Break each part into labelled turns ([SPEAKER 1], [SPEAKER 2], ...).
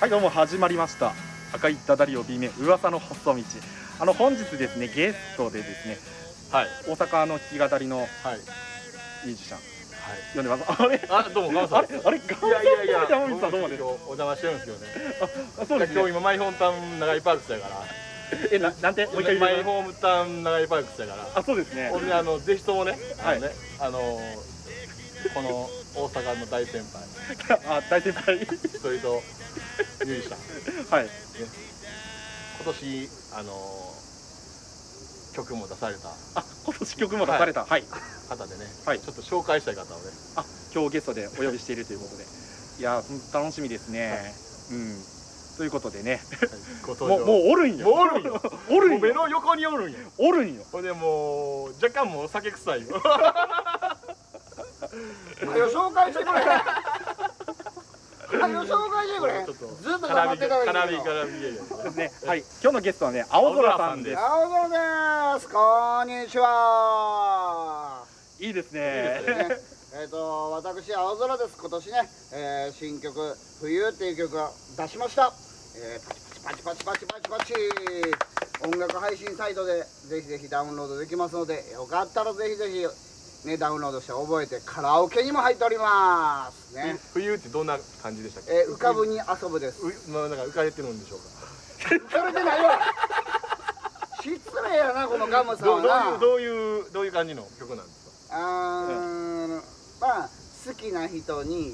[SPEAKER 1] はいどうも始まりました赤いダダリオ B 面噂の細道あの本日ですねゲストでですね
[SPEAKER 2] はい
[SPEAKER 1] 大阪の弾き語りの
[SPEAKER 2] はい
[SPEAKER 1] ミュージシャン呼んでますあれ
[SPEAKER 2] はいあどうもガムさ
[SPEAKER 1] あ
[SPEAKER 2] ん
[SPEAKER 1] れ
[SPEAKER 2] です
[SPEAKER 1] あれガ
[SPEAKER 2] いやいやいや
[SPEAKER 1] 山口さんどうもです
[SPEAKER 2] 今日お邪魔してるんですよね
[SPEAKER 1] あそうです
[SPEAKER 2] 今日
[SPEAKER 1] ね
[SPEAKER 2] 今マイホームタウン長井パークスやから
[SPEAKER 1] えななんてもう一回
[SPEAKER 2] マ
[SPEAKER 1] 言
[SPEAKER 2] イ
[SPEAKER 1] う
[SPEAKER 2] ホームタウン長井パークスやから
[SPEAKER 1] あそうですね
[SPEAKER 2] 俺ねあのぜひともねあ
[SPEAKER 1] はい
[SPEAKER 2] のねあのこの大阪の大先輩
[SPEAKER 1] あ大先輩
[SPEAKER 2] それとミュージシャン
[SPEAKER 1] はい
[SPEAKER 2] 今年あの曲も出された
[SPEAKER 1] あ今年曲も出されたはい、
[SPEAKER 2] 方でね、
[SPEAKER 1] はい
[SPEAKER 2] ちょっと紹介したい方を ね
[SPEAKER 1] あ今日ゲストでお呼びしているということでいやー楽しみですね、うんということでね
[SPEAKER 2] ご登
[SPEAKER 1] も
[SPEAKER 2] 場
[SPEAKER 1] うもうおるんよ
[SPEAKER 2] もうおるんよ
[SPEAKER 1] おる
[SPEAKER 2] も
[SPEAKER 1] ん
[SPEAKER 2] う目
[SPEAKER 1] よ
[SPEAKER 2] の横におるんや
[SPEAKER 1] おるんよ
[SPEAKER 2] ほんでもう若干もう酒臭いよ
[SPEAKER 3] 早よ紹介してくれ早よ紹介してくれ
[SPEAKER 2] ちょっと
[SPEAKER 3] ずっと
[SPEAKER 2] 絡
[SPEAKER 3] 黙
[SPEAKER 2] み
[SPEAKER 3] ってたら
[SPEAKER 2] 絡
[SPEAKER 3] いい
[SPEAKER 2] み
[SPEAKER 3] けど
[SPEAKER 2] 絡み芸やね
[SPEAKER 1] ねはい今日のゲストはね青空さんです
[SPEAKER 3] 青空ですこんにちはい
[SPEAKER 1] いです
[SPEAKER 2] い
[SPEAKER 1] ね
[SPEAKER 2] い
[SPEAKER 3] ねえっ、と私青空です今年ね、えー新曲「冬」っていう曲を出しました、えーパチパチパチパチパチパチ音楽配信サイトでぜひぜひダウンロードできますのでよかったらぜひぜひねダウンロードして覚えてカラオケにも入っておりますね、
[SPEAKER 2] 冬ってどんな感じでしたっけ
[SPEAKER 3] えー浮かぶに遊ぶです
[SPEAKER 2] うまあなんか浮かれてるんでしょう
[SPEAKER 3] それでないわ失礼やなこのガム
[SPEAKER 2] か
[SPEAKER 3] さん
[SPEAKER 2] ど
[SPEAKER 3] は
[SPEAKER 2] う
[SPEAKER 3] な
[SPEAKER 2] どういうどういうどういう感じの曲なんです
[SPEAKER 3] あーまあ好きな人に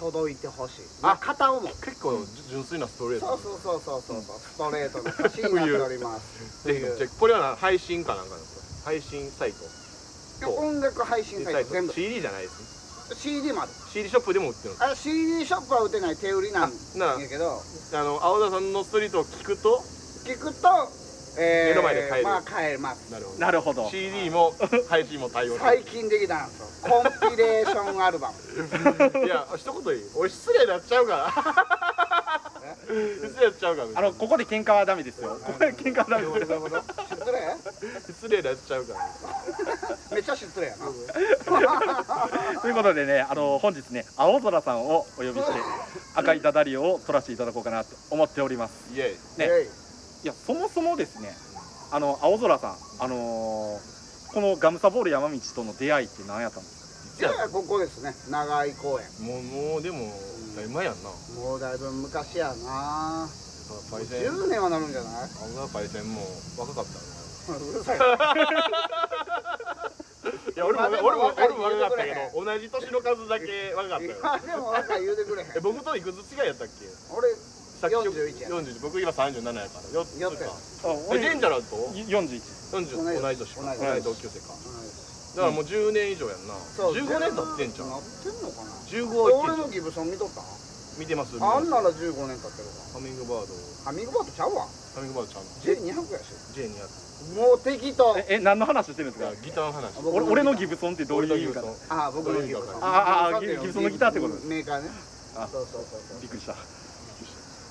[SPEAKER 3] 届いてほしい
[SPEAKER 2] あ
[SPEAKER 3] まあ片思い
[SPEAKER 2] か結構じゅ純粋なストレート
[SPEAKER 3] そうそうそうそうそうそうストレートの歌詞になっており ます
[SPEAKER 2] ぜひチェックこれはな配信かなんかなんですか配信サイト
[SPEAKER 3] 音楽配信サイト全部
[SPEAKER 2] CD じゃないですね
[SPEAKER 3] CD まで
[SPEAKER 2] CD ショップでも売ってるんです
[SPEAKER 3] あれ CD ショップは売ってない手売りなん
[SPEAKER 2] あなら
[SPEAKER 3] やけど
[SPEAKER 2] あの青田さんのストリートを聞くと
[SPEAKER 3] 聞くとえ
[SPEAKER 2] 目の前で買える
[SPEAKER 3] まあ買えます
[SPEAKER 2] なるほど
[SPEAKER 1] なるほど
[SPEAKER 2] CD も配信も対応
[SPEAKER 3] 最近できたんですよコンピレーションアルバム
[SPEAKER 2] いや一言いい俺失礼になっちゃうから失礼になっちゃうから
[SPEAKER 1] あのここで喧嘩はダメですよここで喧嘩はダメですよ
[SPEAKER 3] 失礼
[SPEAKER 2] 失礼になっちゃうから
[SPEAKER 3] めっちゃ失礼やな
[SPEAKER 1] ということでねあの本日ね青空さんをお呼びして赤いダダリオを撮らせていただこうかなと思っております
[SPEAKER 2] イエイ
[SPEAKER 1] ね
[SPEAKER 3] イェイ
[SPEAKER 1] いやそもそもですねあの青空さんあのーこのガムサボール山道との出会いって何やったんです
[SPEAKER 3] じゃあここですね長井公園
[SPEAKER 2] もうもうでも
[SPEAKER 3] ん
[SPEAKER 2] 大前やんな
[SPEAKER 3] もうだいぶ昔やな
[SPEAKER 2] パイセン
[SPEAKER 3] 10年はなるんじゃない
[SPEAKER 2] あんなパイセンもう若かったな
[SPEAKER 3] うるさい
[SPEAKER 2] いや俺も
[SPEAKER 3] まあでも
[SPEAKER 2] 俺も
[SPEAKER 3] 若い
[SPEAKER 2] 俺も若かったけ
[SPEAKER 3] 言うてく
[SPEAKER 2] ど同じ年の数だけ若かったよ
[SPEAKER 3] 今でも若い言うてくれへん
[SPEAKER 2] え僕といくつ違いやったっけ
[SPEAKER 3] 俺
[SPEAKER 2] さっき
[SPEAKER 3] 41や
[SPEAKER 2] 41僕今37やから4つ
[SPEAKER 3] や
[SPEAKER 2] か
[SPEAKER 3] ったよ
[SPEAKER 1] かあ
[SPEAKER 2] えジェンジャラと
[SPEAKER 1] 41
[SPEAKER 2] 40
[SPEAKER 3] 同
[SPEAKER 2] 同い
[SPEAKER 3] い年
[SPEAKER 2] 年か
[SPEAKER 3] 同い
[SPEAKER 2] 同
[SPEAKER 3] 年
[SPEAKER 2] い同級生かだからもう10年以上やんな15年経ってんじゃん
[SPEAKER 3] なってんのかな
[SPEAKER 2] 15
[SPEAKER 3] え
[SPEAKER 2] はいってんじゃん
[SPEAKER 3] 俺のギブソン見とった
[SPEAKER 2] 見てます
[SPEAKER 3] あん
[SPEAKER 2] 見て
[SPEAKER 3] な
[SPEAKER 2] ます
[SPEAKER 3] ら15年経ってる
[SPEAKER 2] ハミングバード
[SPEAKER 3] かハミングバートちゃうわ
[SPEAKER 2] ハミングバードちゃん
[SPEAKER 3] J200 やし
[SPEAKER 2] J にやっ
[SPEAKER 3] もう適当
[SPEAKER 1] ええ何の話してるんです
[SPEAKER 2] た
[SPEAKER 1] か
[SPEAKER 2] ギターの話
[SPEAKER 3] 僕
[SPEAKER 1] 俺俺のギブソンってどういう意味かな
[SPEAKER 2] 俺とギブソン
[SPEAKER 3] ああ僕のギブソン
[SPEAKER 2] あ
[SPEAKER 1] あああギブソンのギターってこと
[SPEAKER 3] メーカーね
[SPEAKER 1] あ
[SPEAKER 3] そうそうそうそう
[SPEAKER 1] びっくりした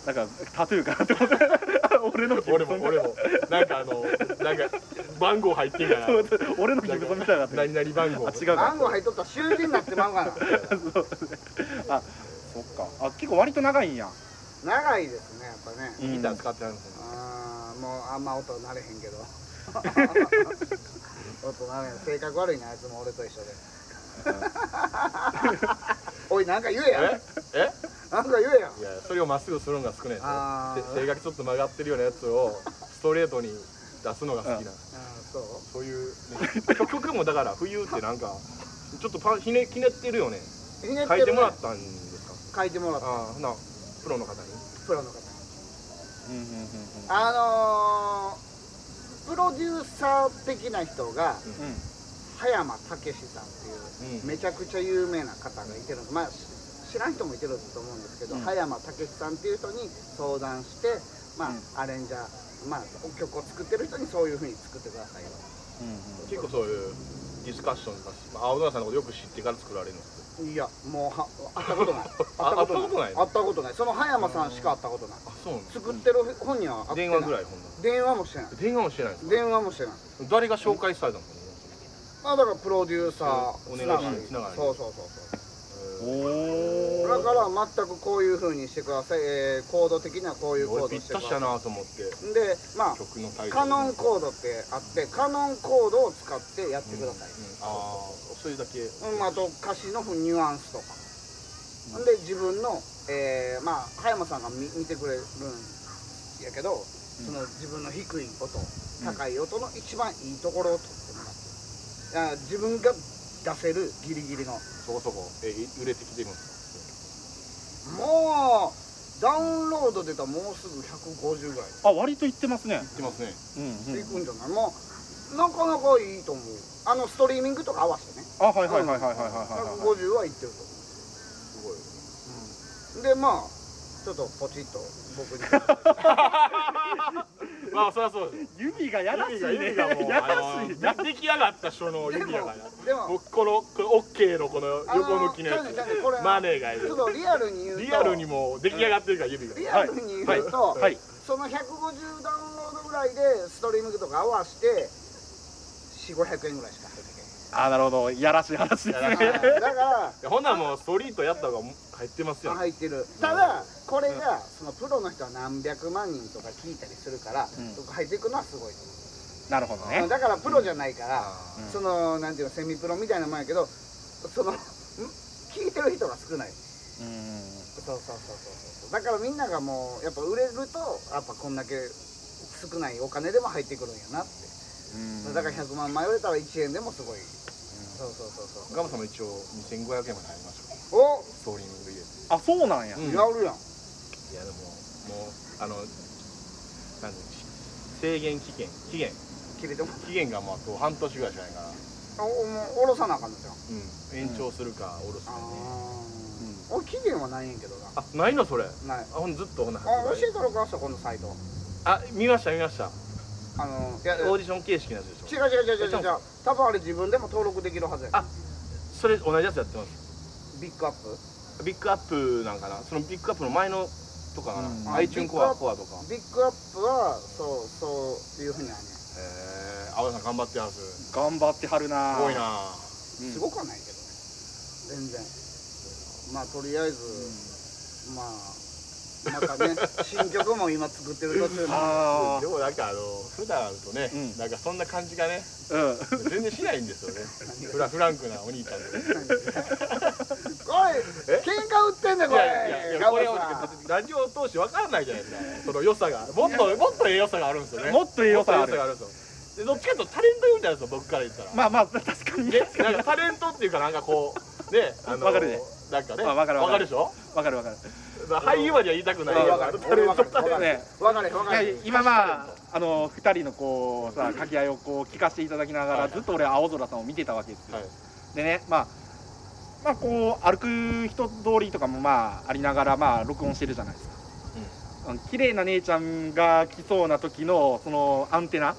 [SPEAKER 1] なんかタトゥーかなって思った俺のギブ
[SPEAKER 2] 俺
[SPEAKER 1] ソ
[SPEAKER 2] も
[SPEAKER 1] ン
[SPEAKER 2] 俺もなんかあのなんか番号入ってんから
[SPEAKER 1] そう俺のギブソンみたいな
[SPEAKER 2] 何々番号
[SPEAKER 1] あ違うか
[SPEAKER 3] 番号入っとったら終電になってまうかな
[SPEAKER 1] そうあそっかあ結構割と長いんや
[SPEAKER 3] 長いですねやっぱね
[SPEAKER 2] ギター使ってあるんですよ
[SPEAKER 3] あーもうあんま音慣れへん けど音慣れへん性格悪いなあいつも俺と一緒で おいなんか言えや
[SPEAKER 2] ええ
[SPEAKER 3] なんか言えや
[SPEAKER 2] いやそれをまっすぐするのが少ない
[SPEAKER 3] あ
[SPEAKER 2] です
[SPEAKER 3] ー
[SPEAKER 2] ね性格ちょっと曲がってるようなやつをストレートに出すのが好きな
[SPEAKER 3] あーそう
[SPEAKER 2] そういうね曲曲もだから冬ってなんかちょっとパンひねひねってるよね
[SPEAKER 3] ひねっ
[SPEAKER 2] 書
[SPEAKER 3] て
[SPEAKER 2] い
[SPEAKER 3] る
[SPEAKER 2] て
[SPEAKER 3] ね
[SPEAKER 2] もらったんです
[SPEAKER 3] 書いてもらっ
[SPEAKER 2] か
[SPEAKER 3] た
[SPEAKER 2] ああほなプロの方に
[SPEAKER 3] プロの方
[SPEAKER 1] うんうんうんうん
[SPEAKER 3] あのー、プロデューサー的な人が
[SPEAKER 1] うん
[SPEAKER 3] 葉山武史さんっていう、
[SPEAKER 2] うん
[SPEAKER 3] めちゃくちゃ有名な方がいてるんですまあし知らん人もいてると思うんですけど、
[SPEAKER 1] うん
[SPEAKER 3] 葉山武史さんっていう人に相談してまあ、
[SPEAKER 1] うん
[SPEAKER 3] アレンジャーまあ曲を作ってる人にそういうふうに作ってくださいよ
[SPEAKER 1] う
[SPEAKER 2] 結構そういうディスカッションがまあ青空さんのことよく知ってから作られるんです
[SPEAKER 3] いやもうは会った ことない
[SPEAKER 2] あ
[SPEAKER 3] 会ったことな
[SPEAKER 2] 会
[SPEAKER 3] い
[SPEAKER 2] ったことない
[SPEAKER 3] 会ったことないその葉山さんしか会ったことない
[SPEAKER 2] あそうなん
[SPEAKER 3] 作ってる本人は会ってな
[SPEAKER 2] 電話
[SPEAKER 3] い
[SPEAKER 2] ぐら
[SPEAKER 3] い
[SPEAKER 2] いほんなら
[SPEAKER 3] 電話もしてない
[SPEAKER 2] 電話もしてないんですか
[SPEAKER 3] 電話もしてない
[SPEAKER 2] 誰が紹介されたのかな
[SPEAKER 3] まあだからプロデューサー
[SPEAKER 2] お
[SPEAKER 3] つ
[SPEAKER 2] 願
[SPEAKER 3] な
[SPEAKER 2] し
[SPEAKER 3] いが
[SPEAKER 2] ます
[SPEAKER 3] り
[SPEAKER 2] つながり
[SPEAKER 3] そうそうそうそう
[SPEAKER 2] え
[SPEAKER 1] お
[SPEAKER 3] だ
[SPEAKER 1] お
[SPEAKER 3] から全くこういう風にしてください、えー、コード的にはこういうコード
[SPEAKER 2] 俺
[SPEAKER 3] し
[SPEAKER 2] ぴって
[SPEAKER 3] くだ
[SPEAKER 2] た
[SPEAKER 3] さ
[SPEAKER 2] し
[SPEAKER 3] い
[SPEAKER 2] だなと思って
[SPEAKER 3] でまあ
[SPEAKER 2] 曲のタイトル
[SPEAKER 3] カノンコードってあってカノンコードを使ってやってください、
[SPEAKER 2] ああそれだけ
[SPEAKER 3] うん、あと歌詞のニュアンスとか、で自分の、えーまあ葉山さんが見見てくれるんやけど、その自分の低い音高い音の一番いいところを取ってもらって、あ自分が出せるギリギリの
[SPEAKER 2] そこそこえい売れてきてるんです
[SPEAKER 3] もうダウンロード出たらもうすぐ150ぐらい
[SPEAKER 1] あ割といってますね
[SPEAKER 2] か言ってますね
[SPEAKER 1] うんう
[SPEAKER 3] い
[SPEAKER 1] ん
[SPEAKER 3] くんじゃないもうなかなかいいと思うあのストリーミングとか合わせてね
[SPEAKER 1] あはいはいはいはいはいはいはいはい
[SPEAKER 3] 150はいってると思う
[SPEAKER 2] すごい
[SPEAKER 3] でまあちょっとポチッと僕に
[SPEAKER 2] まあそりゃそうです
[SPEAKER 1] 指がやらしいね
[SPEAKER 2] 指
[SPEAKER 1] や
[SPEAKER 2] が
[SPEAKER 1] ら
[SPEAKER 2] もうあ
[SPEAKER 1] しいな
[SPEAKER 2] の出来上がった人の
[SPEAKER 3] で
[SPEAKER 2] 指
[SPEAKER 3] も
[SPEAKER 2] やから
[SPEAKER 3] でも
[SPEAKER 2] 僕このこれオッケーのこの
[SPEAKER 3] あの
[SPEAKER 2] 横向きのや
[SPEAKER 3] ち
[SPEAKER 2] つ
[SPEAKER 3] ゃうねんちゃうねんこれ
[SPEAKER 2] マネーがい
[SPEAKER 3] ちょ
[SPEAKER 2] る
[SPEAKER 3] っとリアルに言うと
[SPEAKER 2] リアルにもう出来上がってるから指が
[SPEAKER 3] リアルに言うと、
[SPEAKER 1] はいはい
[SPEAKER 3] その150ダウンロードぐらいでストリーミングとか合わせて4500円ぐらいしか入って
[SPEAKER 1] あなるほどやらしい話ですね
[SPEAKER 3] けないだか
[SPEAKER 2] ほんならもうストリートやった方が入ってます
[SPEAKER 3] ら
[SPEAKER 2] よ、
[SPEAKER 3] 入ってるただこれがそのプロの人は何百万人とか聞いたりするか
[SPEAKER 1] ん
[SPEAKER 3] ら、僕入っていくのはすごいと
[SPEAKER 1] なるほ
[SPEAKER 3] 思う
[SPEAKER 1] どね
[SPEAKER 3] だからプロじゃないか
[SPEAKER 1] う
[SPEAKER 3] ら、
[SPEAKER 1] ん
[SPEAKER 3] そのなんていうのセミプロみたいなもんやけどそのん聞いてる人が少ない
[SPEAKER 1] うん
[SPEAKER 3] そうそうそうそうそうだからみんながもうやっぱ売れるとやっぱこんだけ少ないお金でも入ってくるんやなって、
[SPEAKER 1] うん
[SPEAKER 3] だから100万枚売れたら1円でもすごい、そうそうそうそう
[SPEAKER 2] ガムさんも一応2500円まで入りましたよ
[SPEAKER 3] お
[SPEAKER 2] ストーリーミング入れて
[SPEAKER 1] あそうなんや
[SPEAKER 2] うん
[SPEAKER 3] やるやん
[SPEAKER 2] いやでももうあのなんで制限期限期限
[SPEAKER 3] 切れても
[SPEAKER 2] 期限がもうあと半年ぐらいしかないから、
[SPEAKER 3] あおもうおろさなあかんのじゃん
[SPEAKER 2] 延長するか下ろすか
[SPEAKER 3] あ
[SPEAKER 2] ね、
[SPEAKER 3] ー、俺期限はないんやけどな
[SPEAKER 2] あないのそれあ
[SPEAKER 3] ない
[SPEAKER 2] ほんずっとほんな
[SPEAKER 3] あ
[SPEAKER 2] 発
[SPEAKER 3] 教
[SPEAKER 2] 売
[SPEAKER 3] えたろかそこのサイト
[SPEAKER 2] あ見ました見ました
[SPEAKER 3] あのい
[SPEAKER 2] オ
[SPEAKER 3] や
[SPEAKER 2] ーディション形式のやつでし
[SPEAKER 3] 違
[SPEAKER 2] ょ
[SPEAKER 3] う違う違う違う違う多分あれ自分でも登録できるはずや
[SPEAKER 2] あそれ同じやつやってます
[SPEAKER 3] ビッグアップ
[SPEAKER 2] ビッグアップなんかなそのビッグアップの前のとかかな、
[SPEAKER 1] うん
[SPEAKER 2] iTune コ
[SPEAKER 3] あ
[SPEAKER 2] アコアとかへ
[SPEAKER 3] ビッグアップはそうそういうふうにはね
[SPEAKER 2] え青田さん頑張ってはるす
[SPEAKER 1] 頑張ってはるな
[SPEAKER 2] ごいな
[SPEAKER 1] うん
[SPEAKER 3] すごくはないけどね全然まあとりあえず、まあなんかね 新曲も今作ってる途中なんで
[SPEAKER 1] あ
[SPEAKER 2] でもなんかあの普段会うとね、
[SPEAKER 1] うん
[SPEAKER 2] なんかそんな感じがね
[SPEAKER 1] あうん
[SPEAKER 2] 全然しないんですよねフラフランクなお兄ちゃんで
[SPEAKER 3] おい喧嘩売ってんねん
[SPEAKER 2] い
[SPEAKER 3] これ
[SPEAKER 2] やいやいや
[SPEAKER 3] ガ
[SPEAKER 2] こ
[SPEAKER 3] ム
[SPEAKER 2] れを
[SPEAKER 3] さ
[SPEAKER 2] ラジオを通して分からないじゃないですかその良さがもっともっとええ良さがあるんですよね
[SPEAKER 1] もっとええ良さがある
[SPEAKER 2] もっとがあるんですよでどっちかというとタレントみたいなんですよ僕から言ったら、
[SPEAKER 1] まあまあ確かに
[SPEAKER 2] ねなんかタレントっていうかなんかこうねあの
[SPEAKER 1] わかるね
[SPEAKER 2] なんかね
[SPEAKER 1] まあわかるわかる
[SPEAKER 2] でしょ
[SPEAKER 1] わかるわかる
[SPEAKER 2] まあ俳優までは言いたくないけど
[SPEAKER 3] わかる
[SPEAKER 2] タレントタレント
[SPEAKER 1] ね
[SPEAKER 3] 分かれへん分
[SPEAKER 1] い
[SPEAKER 3] か
[SPEAKER 1] や
[SPEAKER 3] れへん
[SPEAKER 1] 今まああの2人のこうさ掛け合いをこう聞かせていただきながら、
[SPEAKER 2] はい
[SPEAKER 1] ずっと俺は青空さんを見てたわけですよ、
[SPEAKER 2] はい
[SPEAKER 1] でねまあまあこう歩く人通りとかもまあありながらまあ録音してるじゃないですか、うん、綺麗な姉ちゃんが来そうな時のそのアンテナ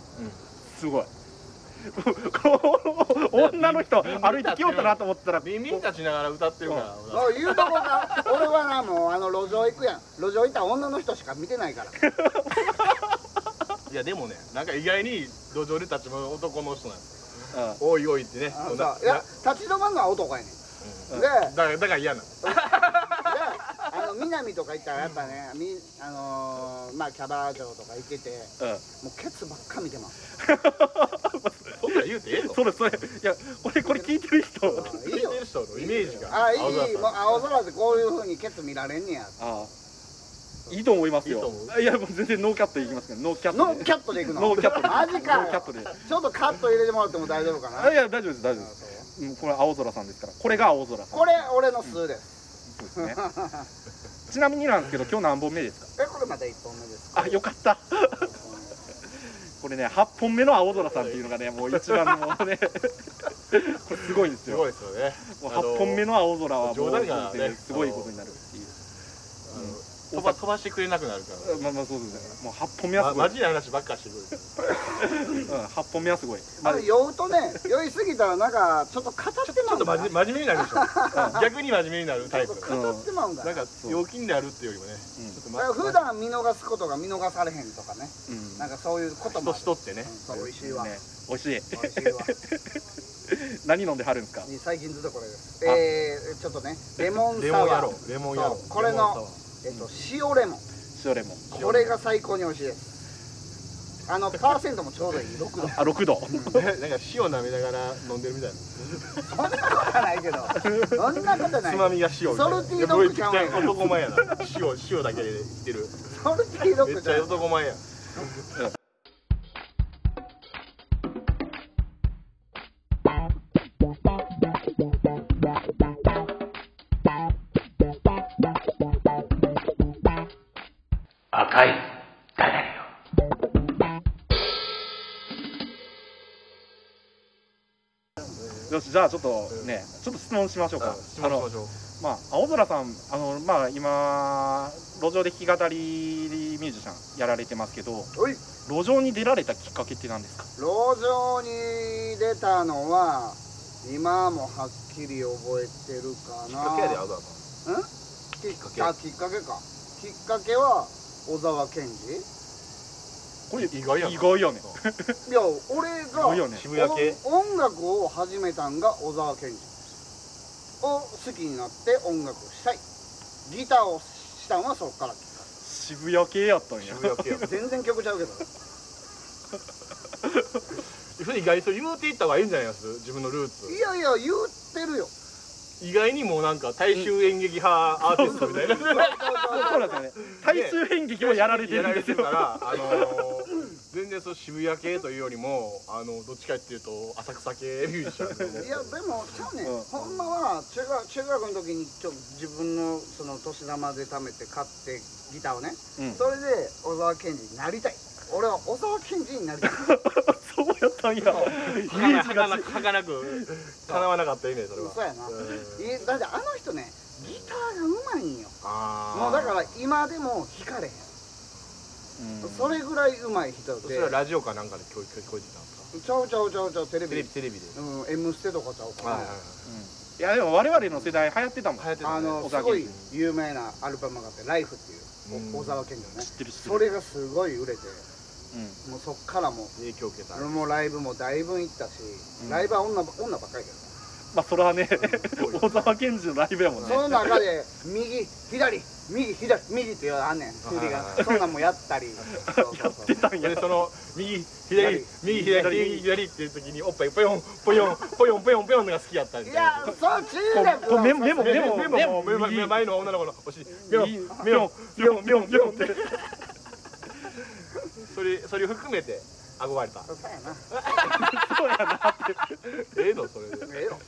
[SPEAKER 1] すごい こう女の人歩いてきようかなと思ったら
[SPEAKER 2] ビンビン立ちながら歌ってるから
[SPEAKER 3] おい言うとこか 俺はなもうあの路上行くやん路上行ったら女の人しか見てないから
[SPEAKER 2] いやでもねなんか意外に路上で立ちも男の人なんです
[SPEAKER 1] う
[SPEAKER 2] おいおいってね
[SPEAKER 3] あ
[SPEAKER 2] そ
[SPEAKER 3] の
[SPEAKER 2] んな
[SPEAKER 3] さいや立ち止まるのは男やね
[SPEAKER 1] う
[SPEAKER 3] ん、
[SPEAKER 1] ん
[SPEAKER 3] で
[SPEAKER 2] だからだから嫌なの
[SPEAKER 3] であの南とか行ったらやっぱね、みあのーまあキャバ嬢とか行ってて
[SPEAKER 1] ん うん
[SPEAKER 3] もうケツばっか見てます
[SPEAKER 2] そんなん言うてええの
[SPEAKER 1] それそれいやこれこれ聞いてる人
[SPEAKER 3] あ
[SPEAKER 2] 聞
[SPEAKER 3] い
[SPEAKER 2] い
[SPEAKER 3] いよ
[SPEAKER 2] てる人のイメージが
[SPEAKER 3] あいいもう
[SPEAKER 2] あ
[SPEAKER 3] 青空でこういう風にケツ見られんねや
[SPEAKER 1] ああいいと思います
[SPEAKER 2] いいと
[SPEAKER 1] よ
[SPEAKER 2] 思
[SPEAKER 1] いやもう全然ノーキャットでいきますけどノーキャット
[SPEAKER 3] ノ
[SPEAKER 1] で
[SPEAKER 3] ーキャットで行くの
[SPEAKER 1] ノーキャットで
[SPEAKER 3] マジか
[SPEAKER 1] ノーキャットで
[SPEAKER 3] ちょっとカット入れてもらっても大丈夫か
[SPEAKER 1] あい
[SPEAKER 3] な
[SPEAKER 1] や大丈夫です大丈夫ですうんこれ青空さんですからこれが青空さん
[SPEAKER 3] これ俺の数です、
[SPEAKER 1] そうですね ちなみになんですけど今日何本目ですか
[SPEAKER 3] えこれまた1本目です
[SPEAKER 1] あよかったこれね8本目の青空さんっていうのがねもう一番もうねこれすごいんです
[SPEAKER 2] す
[SPEAKER 1] よ
[SPEAKER 2] ごいですよね
[SPEAKER 1] もう8本目の青空はもう
[SPEAKER 2] 冗談がね
[SPEAKER 1] 本当にすごいことになるっていう
[SPEAKER 2] あの飛ば飛ばしてくれなくなるから
[SPEAKER 1] まあまあそうですねもう8本目は
[SPEAKER 2] ます
[SPEAKER 1] ごい
[SPEAKER 2] マジな話ばっかしてくる
[SPEAKER 1] うん8本目はすごい
[SPEAKER 3] まあ酔うとね酔いすぎたらなんかちょっと語って
[SPEAKER 2] ち
[SPEAKER 3] ま
[SPEAKER 2] ょっ
[SPEAKER 3] う
[SPEAKER 2] と
[SPEAKER 3] んだ
[SPEAKER 2] 真
[SPEAKER 3] な
[SPEAKER 2] 面真面目になるでしょ逆に真面目になるタイプ
[SPEAKER 3] 語ってまうんだ
[SPEAKER 2] な
[SPEAKER 3] なん
[SPEAKER 2] か陽気になるっていうよりもね
[SPEAKER 1] うん
[SPEAKER 2] ちょっと
[SPEAKER 3] だから普段見逃すことが見逃されへんとかね
[SPEAKER 1] うん
[SPEAKER 3] なんかそういうこともあ
[SPEAKER 2] 人
[SPEAKER 3] る
[SPEAKER 2] しとってね
[SPEAKER 3] うんそう美味しいわ、
[SPEAKER 1] ね美味しい
[SPEAKER 3] 美味し いわ
[SPEAKER 1] 何飲んではるんですか
[SPEAKER 3] 最近ずっとこれです
[SPEAKER 1] あ
[SPEAKER 3] えー、ちょっとねレモン
[SPEAKER 2] レ
[SPEAKER 3] サ
[SPEAKER 2] モンや
[SPEAKER 3] ワ
[SPEAKER 2] ろ
[SPEAKER 3] ー
[SPEAKER 2] うレモンやろ
[SPEAKER 3] そううこ
[SPEAKER 2] レ
[SPEAKER 3] れの
[SPEAKER 2] モンサワー
[SPEAKER 3] えっと、塩レモン
[SPEAKER 1] 塩レモン
[SPEAKER 3] これが最高に美味しいですあのパーセントもちょうどいい6度
[SPEAKER 1] あ6度
[SPEAKER 2] ね なんか塩舐めながら飲んでるみたいな。
[SPEAKER 3] そんなことはないけどそんなことない
[SPEAKER 2] つまみが塩みたいな。
[SPEAKER 3] ソルティードッグちゃうやん
[SPEAKER 2] めっちゃ男前やな。塩塩だけでいってる。
[SPEAKER 3] ソルティードッ
[SPEAKER 2] め
[SPEAKER 3] グ
[SPEAKER 2] っ
[SPEAKER 3] じ
[SPEAKER 2] ち
[SPEAKER 3] ゃ
[SPEAKER 2] ゃ
[SPEAKER 3] ん
[SPEAKER 2] 男前やん。
[SPEAKER 4] 赤いダダよ。
[SPEAKER 1] よしじゃあちょっとねちょっと質問しましょうか
[SPEAKER 2] し
[SPEAKER 1] あ
[SPEAKER 2] ましょう
[SPEAKER 1] のまあ青空さんあのまあ今路上で弾き語りミュージシャンやられてますけど
[SPEAKER 3] おい
[SPEAKER 1] 路上に出られたきっかけって何ですか
[SPEAKER 3] 路上に出たのは今もはっきり覚えてるか
[SPEAKER 2] きっ
[SPEAKER 3] な
[SPEAKER 2] かけやで、アザ
[SPEAKER 3] うんきっ
[SPEAKER 2] っ
[SPEAKER 3] か
[SPEAKER 2] か
[SPEAKER 3] け
[SPEAKER 2] け
[SPEAKER 3] あきっかけかきっかけは小沢健二
[SPEAKER 1] これ
[SPEAKER 2] 意外やな
[SPEAKER 1] 意外よね
[SPEAKER 3] いや俺
[SPEAKER 1] 意外
[SPEAKER 3] が
[SPEAKER 1] よね
[SPEAKER 2] 渋谷系
[SPEAKER 3] この音楽を始めたんが小沢健二を好きになって音楽をしたいギターをしたんはそっから
[SPEAKER 1] 渋谷系やったんや
[SPEAKER 2] 渋谷系 やん。
[SPEAKER 3] 全然曲ちゃうけど
[SPEAKER 2] それ意外にそれ言うていった方がいいんじゃないです自分のルーツ
[SPEAKER 3] いやいや言ってるよ
[SPEAKER 2] 意外にもうなんか大衆演劇派アーティストみたいな
[SPEAKER 1] そうなんですよね大衆演劇もやられてるんですよ
[SPEAKER 2] やられてるからあのー全然そう渋谷系というよりもあのどっちかっていうと浅草系ミュージシャンだと 思う
[SPEAKER 3] いやでもちゃうねん、
[SPEAKER 1] うん
[SPEAKER 3] ほんまは中学中学の時にちょ自分のその年玉で貯めて買ってギターをね、
[SPEAKER 1] うん
[SPEAKER 3] それで小沢健二になりたい俺は小沢健二になりたい
[SPEAKER 1] そうやったんやイメージが
[SPEAKER 2] 儚く儚く叶わなかったイメージそれは
[SPEAKER 3] そうやな、
[SPEAKER 2] うん
[SPEAKER 3] えだってあの人ねギターがうまいんよ
[SPEAKER 2] あー
[SPEAKER 3] もうだから今でも弾かれへん、
[SPEAKER 1] うん
[SPEAKER 3] それぐらいうまい人
[SPEAKER 2] そ
[SPEAKER 3] で
[SPEAKER 2] れはラジオかなんかで聞こえ聞こえてきたんです
[SPEAKER 3] ちゃうちゃうちゃうちゃうテレ
[SPEAKER 2] かテレ
[SPEAKER 3] ビ
[SPEAKER 2] ビテレビで
[SPEAKER 3] うん「M ステ」とかちゃうかな、
[SPEAKER 2] はいはいはい
[SPEAKER 1] いやでも我々の世代流行ってたもん
[SPEAKER 2] 流行ってた
[SPEAKER 3] あ
[SPEAKER 2] ね
[SPEAKER 3] の
[SPEAKER 1] 小
[SPEAKER 3] す
[SPEAKER 1] 沢
[SPEAKER 3] ご
[SPEAKER 1] 健
[SPEAKER 3] い
[SPEAKER 1] 二
[SPEAKER 3] 有名なアルバムがあって「ライフっていう
[SPEAKER 2] うん
[SPEAKER 3] お小沢健二のね
[SPEAKER 1] 知ってる知って
[SPEAKER 3] そ
[SPEAKER 1] る
[SPEAKER 3] れがすごい売れて
[SPEAKER 1] うん
[SPEAKER 3] もうそっからもう
[SPEAKER 2] 影響受けた
[SPEAKER 3] 俺もライブもだいぶ行ったし、
[SPEAKER 1] うん
[SPEAKER 3] ライブは女ば女ばっかりだけ
[SPEAKER 1] まあそれはね
[SPEAKER 2] そうよ
[SPEAKER 1] 小沢健二のライブやもん
[SPEAKER 3] ど、
[SPEAKER 1] ね
[SPEAKER 3] その中で右左右左右っていうのあんねん振りが
[SPEAKER 2] はいはいはい
[SPEAKER 3] そんなんもやったりそうそうそう
[SPEAKER 1] 出たんや
[SPEAKER 2] でその右左右左右左っていう時におっぱいぽよんぽよんぽよんぽよんぽよんのが好きやったみた
[SPEAKER 3] い
[SPEAKER 2] いな
[SPEAKER 3] やそう中学
[SPEAKER 1] こう
[SPEAKER 3] の
[SPEAKER 1] メモメモ
[SPEAKER 2] で
[SPEAKER 1] メ
[SPEAKER 2] で
[SPEAKER 1] モ
[SPEAKER 2] も
[SPEAKER 1] メ
[SPEAKER 2] で
[SPEAKER 1] モ
[SPEAKER 2] も目
[SPEAKER 1] 右
[SPEAKER 2] 前前の女の子のお尻ビョン
[SPEAKER 1] 右
[SPEAKER 2] ビョンビョンビョンビョンって
[SPEAKER 1] て
[SPEAKER 2] それそれ含めて憧れた
[SPEAKER 3] そうやな
[SPEAKER 1] そうやなって
[SPEAKER 2] ええのそれで
[SPEAKER 3] ええよ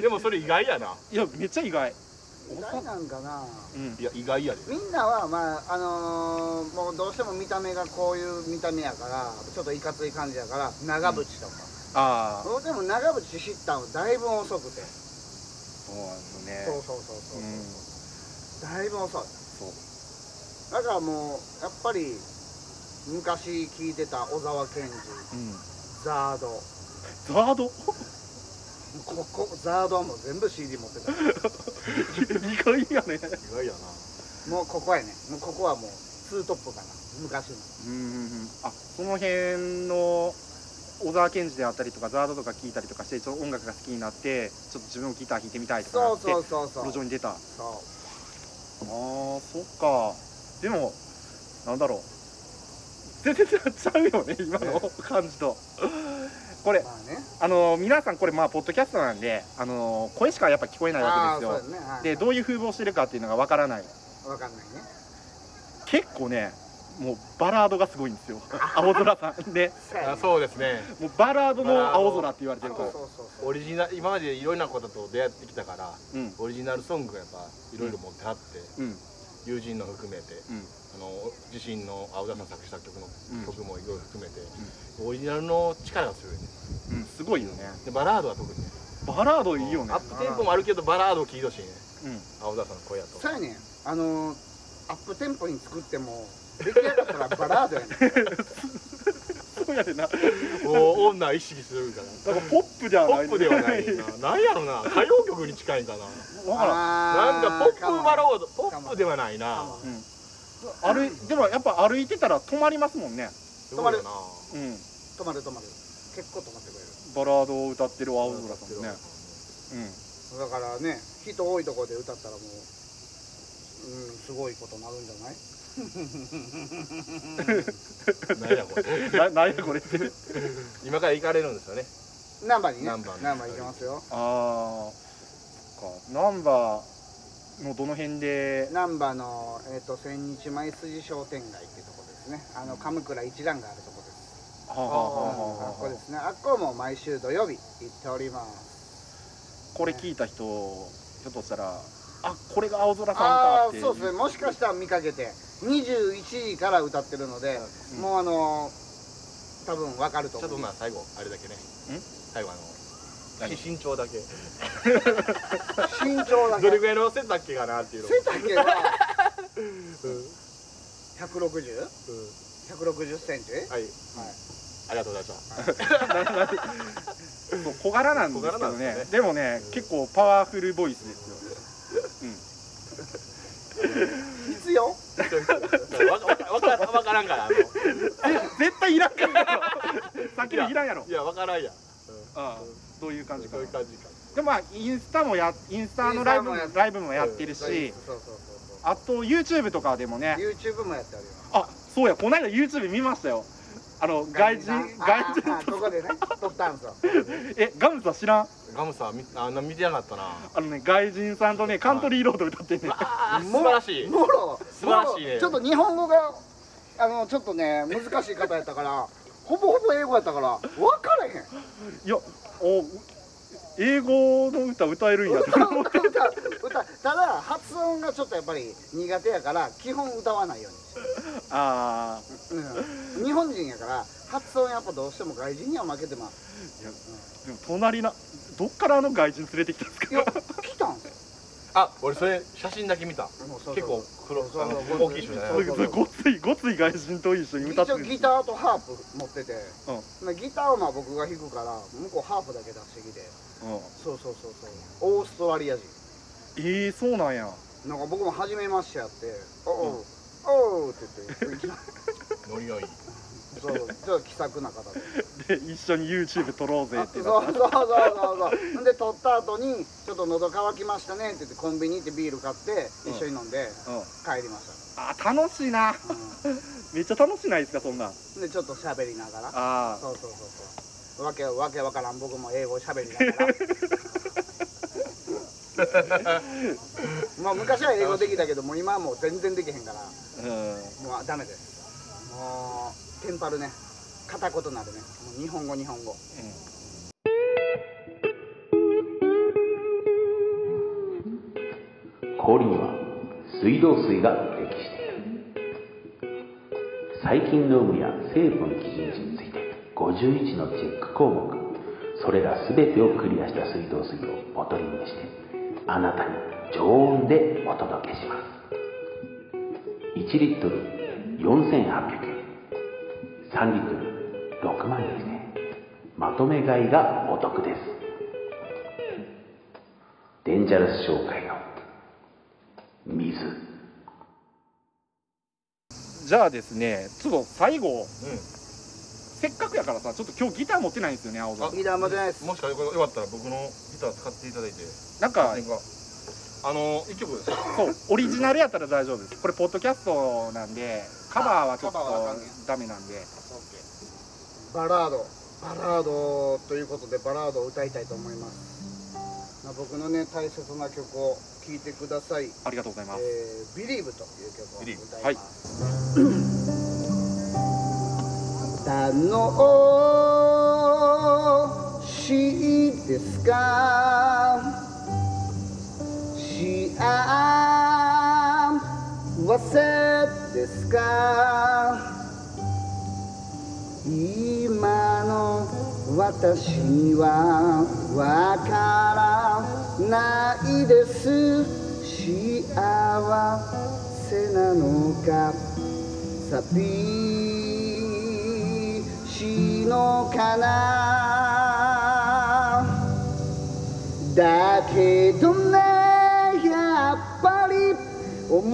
[SPEAKER 2] でもそれ意外やない
[SPEAKER 1] やめっちゃ意外
[SPEAKER 3] 意外なんかな
[SPEAKER 1] うん
[SPEAKER 2] いや意外やで
[SPEAKER 3] みんなはまああのーもうどうしても見た目がこういう見た目やからちょっといかつい感じやから長渕とか、
[SPEAKER 1] ああ
[SPEAKER 3] そうでも長渕知ったのだいぶ遅くて
[SPEAKER 1] そうなんですね
[SPEAKER 3] そうそうそうそう、
[SPEAKER 1] うん
[SPEAKER 3] だいぶ遅い
[SPEAKER 1] そう
[SPEAKER 3] だからもうやっぱり昔聞いてた小沢健二
[SPEAKER 1] うん
[SPEAKER 3] ザード
[SPEAKER 1] ザード
[SPEAKER 3] ここザードはもう全部 CD 持って た
[SPEAKER 1] 意外やね
[SPEAKER 2] 意外やな
[SPEAKER 3] もうここやねもうここはもうツートップかな昔の
[SPEAKER 1] うんうんうんあその辺の小沢健二であったりとかザードとか聞いたりとかしてちょっと音楽が好きになってちょっと自分もギター弾いてみたいとかな
[SPEAKER 3] そう
[SPEAKER 1] って
[SPEAKER 3] そうそうそう
[SPEAKER 1] 路上に出た
[SPEAKER 3] そう
[SPEAKER 1] ああそっかでもなんだろう全然ちゃうよね今の感じとこれ
[SPEAKER 3] まあね
[SPEAKER 1] あの皆さんこれまあポッドキャストなんであの声しかやっぱ聞こえないわ
[SPEAKER 3] ああ
[SPEAKER 1] け
[SPEAKER 3] ーそう
[SPEAKER 1] で
[SPEAKER 3] や
[SPEAKER 1] すよ
[SPEAKER 3] ねはい
[SPEAKER 1] でどういう風貌してるかっていうのがわからない
[SPEAKER 3] わかんないね
[SPEAKER 1] 結構ねもうバラードがすごいんですよ青空さんで
[SPEAKER 3] そうやね
[SPEAKER 2] あそうですね
[SPEAKER 1] もうバラードの青空って言われて
[SPEAKER 3] そう
[SPEAKER 1] る
[SPEAKER 3] そ
[SPEAKER 1] か
[SPEAKER 3] う
[SPEAKER 1] ら
[SPEAKER 3] そうそう
[SPEAKER 2] オリジナル今までいろんなことと出会ってきたから
[SPEAKER 1] うん
[SPEAKER 2] オリジナルソングがやっぱいろいろ持ってはって
[SPEAKER 1] うん
[SPEAKER 2] 友人の含めて
[SPEAKER 1] うん
[SPEAKER 2] あの自身の青田さん作詞作曲の
[SPEAKER 1] うん
[SPEAKER 2] 曲もいろいろ含めて、オリジナルの力が強いね
[SPEAKER 1] うんすごいよね
[SPEAKER 2] でバラードは特にね
[SPEAKER 1] バラードいいよね
[SPEAKER 2] アップテンポもあるけどバラードを聴いてほしいね
[SPEAKER 1] うん
[SPEAKER 2] 青田さんの声やと
[SPEAKER 3] そうやねあのーアップテンポに作っても出来上がったらバラードやね
[SPEAKER 1] そうやでなだか
[SPEAKER 2] もう女を意識するから
[SPEAKER 1] らポップでは
[SPEAKER 2] ポ
[SPEAKER 1] ない
[SPEAKER 2] ップではないななんやろな歌謡曲に近いんかな
[SPEAKER 1] わからん
[SPEAKER 2] なんかポップバ
[SPEAKER 3] ー
[SPEAKER 2] ロードポップではないな
[SPEAKER 3] も
[SPEAKER 1] うん歩いでもやっぱ歩いてたら止まりますもんね
[SPEAKER 2] すごいよな
[SPEAKER 1] うん
[SPEAKER 3] 止まる止まる結構止まってくれる
[SPEAKER 1] バラードを歌ってる青空さんね
[SPEAKER 3] だからね人多いところで歌ったらもう、うん、すごいことになるんじゃない
[SPEAKER 2] 何やこれ
[SPEAKER 1] うんな何やこれって
[SPEAKER 2] 今から行かれるんですよね
[SPEAKER 3] ナンバーにね
[SPEAKER 2] ナンバーに
[SPEAKER 3] ナンバー行きますよ
[SPEAKER 1] ああかナンバーのどの辺で
[SPEAKER 3] ナンバーの、えー、と千日前筋商店街っていうところですねあの鎌倉一蘭があるところです
[SPEAKER 1] はあはあ
[SPEAKER 3] あ
[SPEAKER 1] はあはあ
[SPEAKER 3] っこですねあっこも毎週土曜日行っております
[SPEAKER 1] これ聞いた人ひょっとしたらあこれが青空さんか
[SPEAKER 3] あ
[SPEAKER 1] っ
[SPEAKER 3] あ
[SPEAKER 1] て
[SPEAKER 3] ーそうですねもしかしたら見かけて21時から歌ってるので、もうあのー多分わかると
[SPEAKER 2] ちょっと
[SPEAKER 3] 思う
[SPEAKER 2] まあ最後あれだけね最後あの
[SPEAKER 1] 何
[SPEAKER 2] 身長だけ
[SPEAKER 3] 身長だけ
[SPEAKER 2] どれぐらいの背丈かなっていうの
[SPEAKER 3] 背丈は
[SPEAKER 2] うんうん
[SPEAKER 3] 160160センチ
[SPEAKER 2] はいありがとうございました
[SPEAKER 1] そう小柄なんですけど
[SPEAKER 2] 小柄な
[SPEAKER 1] ね
[SPEAKER 2] んですね
[SPEAKER 1] でもね、結構パワフルボイスです
[SPEAKER 3] 必要
[SPEAKER 2] わかわかわからんからあのい
[SPEAKER 1] よえ絶対いらんから やろさっきのいらんやろ
[SPEAKER 2] やわからんや
[SPEAKER 1] あ
[SPEAKER 2] ん
[SPEAKER 1] あどういう感じか
[SPEAKER 2] そう
[SPEAKER 1] な
[SPEAKER 2] いう感じか
[SPEAKER 1] でもまあインスタもやインスタのライブも
[SPEAKER 3] インスタもやっ
[SPEAKER 1] ライブもやってるし
[SPEAKER 3] そうそうそうそう
[SPEAKER 1] あと YouTube とかでもね
[SPEAKER 3] YouTube もやっております
[SPEAKER 1] あそうやこの間 YouTube 見ましたよあの外人
[SPEAKER 3] あ
[SPEAKER 1] 外人
[SPEAKER 3] あここでね撮ったんすよ
[SPEAKER 1] えガムさん知らん
[SPEAKER 2] ガムさんみあんな見てなかったな
[SPEAKER 1] あのね外人さんとねカントリーロード歌ってんねん
[SPEAKER 2] あ
[SPEAKER 3] も
[SPEAKER 2] 素晴らしい
[SPEAKER 3] もろ
[SPEAKER 2] 素晴らしいね
[SPEAKER 3] もろちょっと日本語があのちょっとね難しい方やったから ほぼほぼ英語やったから分からへん
[SPEAKER 1] いやお英語の歌歌えるんやって
[SPEAKER 3] 歌う歌う歌う歌うただ発音がちょっとやっぱり苦手やから基本歌わないよ
[SPEAKER 1] ああ
[SPEAKER 3] うに、うん、日本人やから発音やっぱどうしても外人には負けてます
[SPEAKER 1] でも隣などっからあの外人連れてきたんです
[SPEAKER 3] いや
[SPEAKER 1] か
[SPEAKER 3] 来たんすよ
[SPEAKER 2] あ俺それ写真だけ見た
[SPEAKER 3] もうそうそう
[SPEAKER 2] 結構黒
[SPEAKER 3] そうそう
[SPEAKER 2] あの
[SPEAKER 3] そう
[SPEAKER 2] 大きい人じゃない
[SPEAKER 3] そう
[SPEAKER 1] それごついごつい外人と一緒に歌っ
[SPEAKER 3] 一
[SPEAKER 1] て
[SPEAKER 3] 応
[SPEAKER 1] る
[SPEAKER 3] ギターとハープ持ってて、
[SPEAKER 1] うん
[SPEAKER 3] まあギターはまあ僕が弾くから向こうハープだけ出してきて
[SPEAKER 1] うん
[SPEAKER 3] そうそうそうそうオーストラリア人
[SPEAKER 1] ええそうなんや
[SPEAKER 3] なんか僕も初めましてやって「おう
[SPEAKER 2] う
[SPEAKER 3] おう」って言って
[SPEAKER 2] ノリがいい
[SPEAKER 3] そうちょっと気さくな方で
[SPEAKER 1] で一緒に YouTube 撮ろうぜ
[SPEAKER 3] あ
[SPEAKER 1] っ
[SPEAKER 3] そ
[SPEAKER 1] て
[SPEAKER 3] う
[SPEAKER 1] なっ
[SPEAKER 3] そう
[SPEAKER 1] た
[SPEAKER 3] そうそうほんで撮った後に「ちょっと喉乾きましたね」って言ってコンビニ行ってビール買って
[SPEAKER 1] うん
[SPEAKER 3] 一緒に飲んで
[SPEAKER 1] うん
[SPEAKER 3] 帰りまし
[SPEAKER 1] あー楽しいな
[SPEAKER 3] た、う
[SPEAKER 1] めっちゃ楽しないですかそんなん
[SPEAKER 3] ん、でちょっと喋りながら
[SPEAKER 1] あ
[SPEAKER 3] そうそうそうそうわけわけわからん僕も英語喋りながら まあ昔は英語できたけどもう今はもう全然できへんから
[SPEAKER 1] あうん
[SPEAKER 3] もうダメですもうテンパるね片言なるねもう日本語日本語
[SPEAKER 4] 氷には水道水が適している細菌の有無や成分基準値について51のチェック項目それら全てをクリアした水道水をボトリングしてあなたに常温でお届けします1リットル4800円3リットル6万円まとめ買いがお得ですデンジャラス商会の水
[SPEAKER 1] じゃあですねちょっと最後
[SPEAKER 2] う
[SPEAKER 1] せっかくやからさちょっと今日ギター持ってないんですよね青空
[SPEAKER 2] あ
[SPEAKER 3] リーダーも出ないです
[SPEAKER 2] んもしかよかったら僕のギター使っていただいて
[SPEAKER 1] なんか
[SPEAKER 2] あの一曲で
[SPEAKER 1] そ
[SPEAKER 2] す
[SPEAKER 1] うオリジナルやったら大丈夫ですこれポッドキャストなんでカバーはちょっと
[SPEAKER 2] カバーはあかんね
[SPEAKER 1] ダメなんで
[SPEAKER 3] バラードバラードということでバラードを歌いたいと思います、まあ、僕のね大切な曲を聴いてください
[SPEAKER 1] ありがとうござい
[SPEAKER 3] 「
[SPEAKER 1] ます
[SPEAKER 3] えー、ビリーブという曲を歌います、
[SPEAKER 1] はい
[SPEAKER 3] 歌の詩ですか幸せですか今の私にはわからないです幸せなのか寂しいのかなだけどねやっぱり思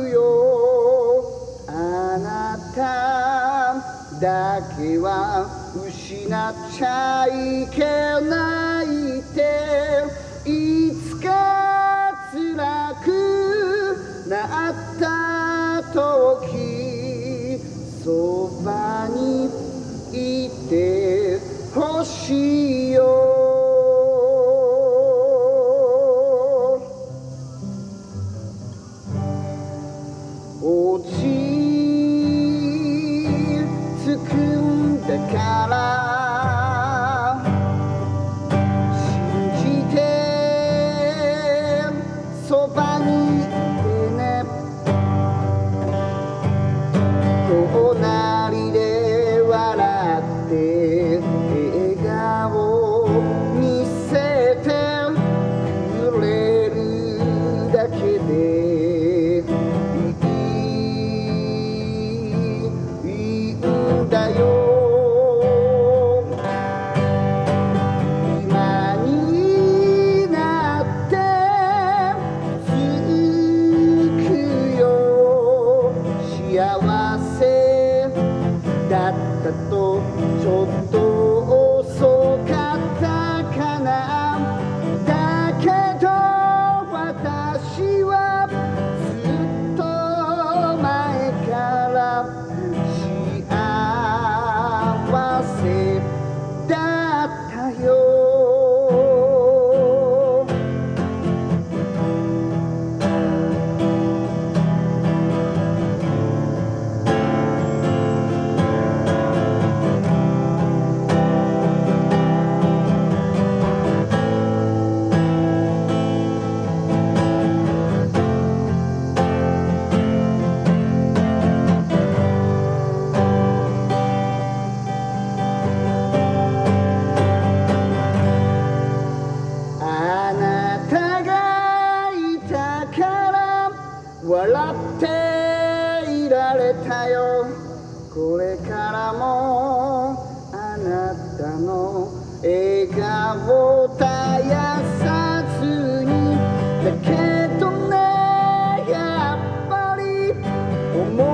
[SPEAKER 3] うよだけは失っちゃいけないっていつか辛くなった時そばにいてほしいよ落ち着くんだから信じてそばにいてね隣で笑って笑顔見せてくれるだけでいいいいんだよ今になって続くよ幸せだったとちょっと遅かったかなだけど私はずっと前から幸せだったよあなたがいたから笑っていられたよこれからもあなたの笑顔を絶やさずにだけどねやっぱり思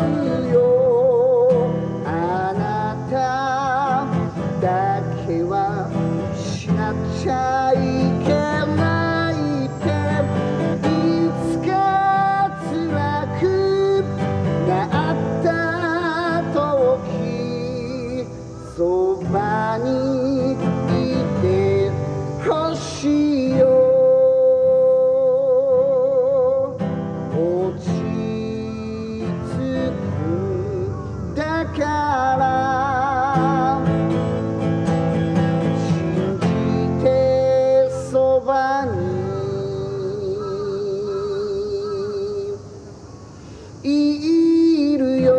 [SPEAKER 3] うよあなただけは失っちゃいけないっていつか辛くなった時そばにいてほしいよ落ち着くんだから信じてそばにいるよ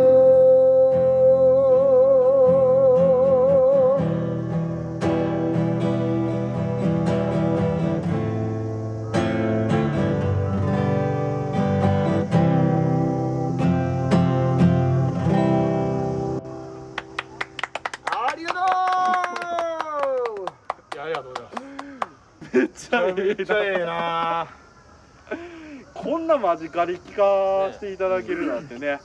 [SPEAKER 3] ありがとう
[SPEAKER 2] いやありがとうございます
[SPEAKER 1] めっちゃえ
[SPEAKER 2] めっちゃえ
[SPEAKER 1] え
[SPEAKER 2] え
[SPEAKER 1] な
[SPEAKER 2] な
[SPEAKER 1] こんな間近で聞かせていただけるなんてね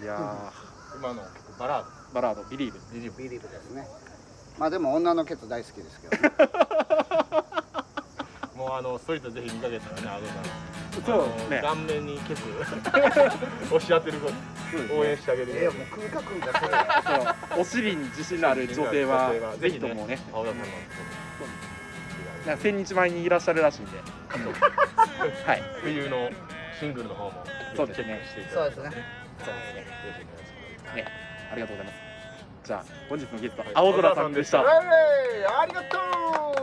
[SPEAKER 1] いや
[SPEAKER 2] 今のバラー
[SPEAKER 1] ーバラード「ビリーブ
[SPEAKER 2] ドリリーブ
[SPEAKER 3] ビリーブですねまあでも女のケツ大好きですけどね
[SPEAKER 2] もうあのストリートでぜひ見かけたらねアドさ」ん
[SPEAKER 1] そう
[SPEAKER 2] あの
[SPEAKER 1] ね
[SPEAKER 2] 顔面に ケツ押し当てること応援してあげる
[SPEAKER 3] ええもう空か空かそれ
[SPEAKER 1] そうお尻に自信のある女性はぜひともね
[SPEAKER 2] 青田さんの
[SPEAKER 1] なんか千日前にいらっしゃるらしいんではい
[SPEAKER 2] 冬のシングルの方も
[SPEAKER 1] そうですね
[SPEAKER 2] チェックしていた
[SPEAKER 3] そ
[SPEAKER 2] だい
[SPEAKER 3] うで
[SPEAKER 2] て
[SPEAKER 3] すね
[SPEAKER 1] そうですね
[SPEAKER 2] ぜひお願いします
[SPEAKER 1] ね、ありがとうございます。じゃあ、本日のゲスト、青空さんでした。
[SPEAKER 2] はいありがとう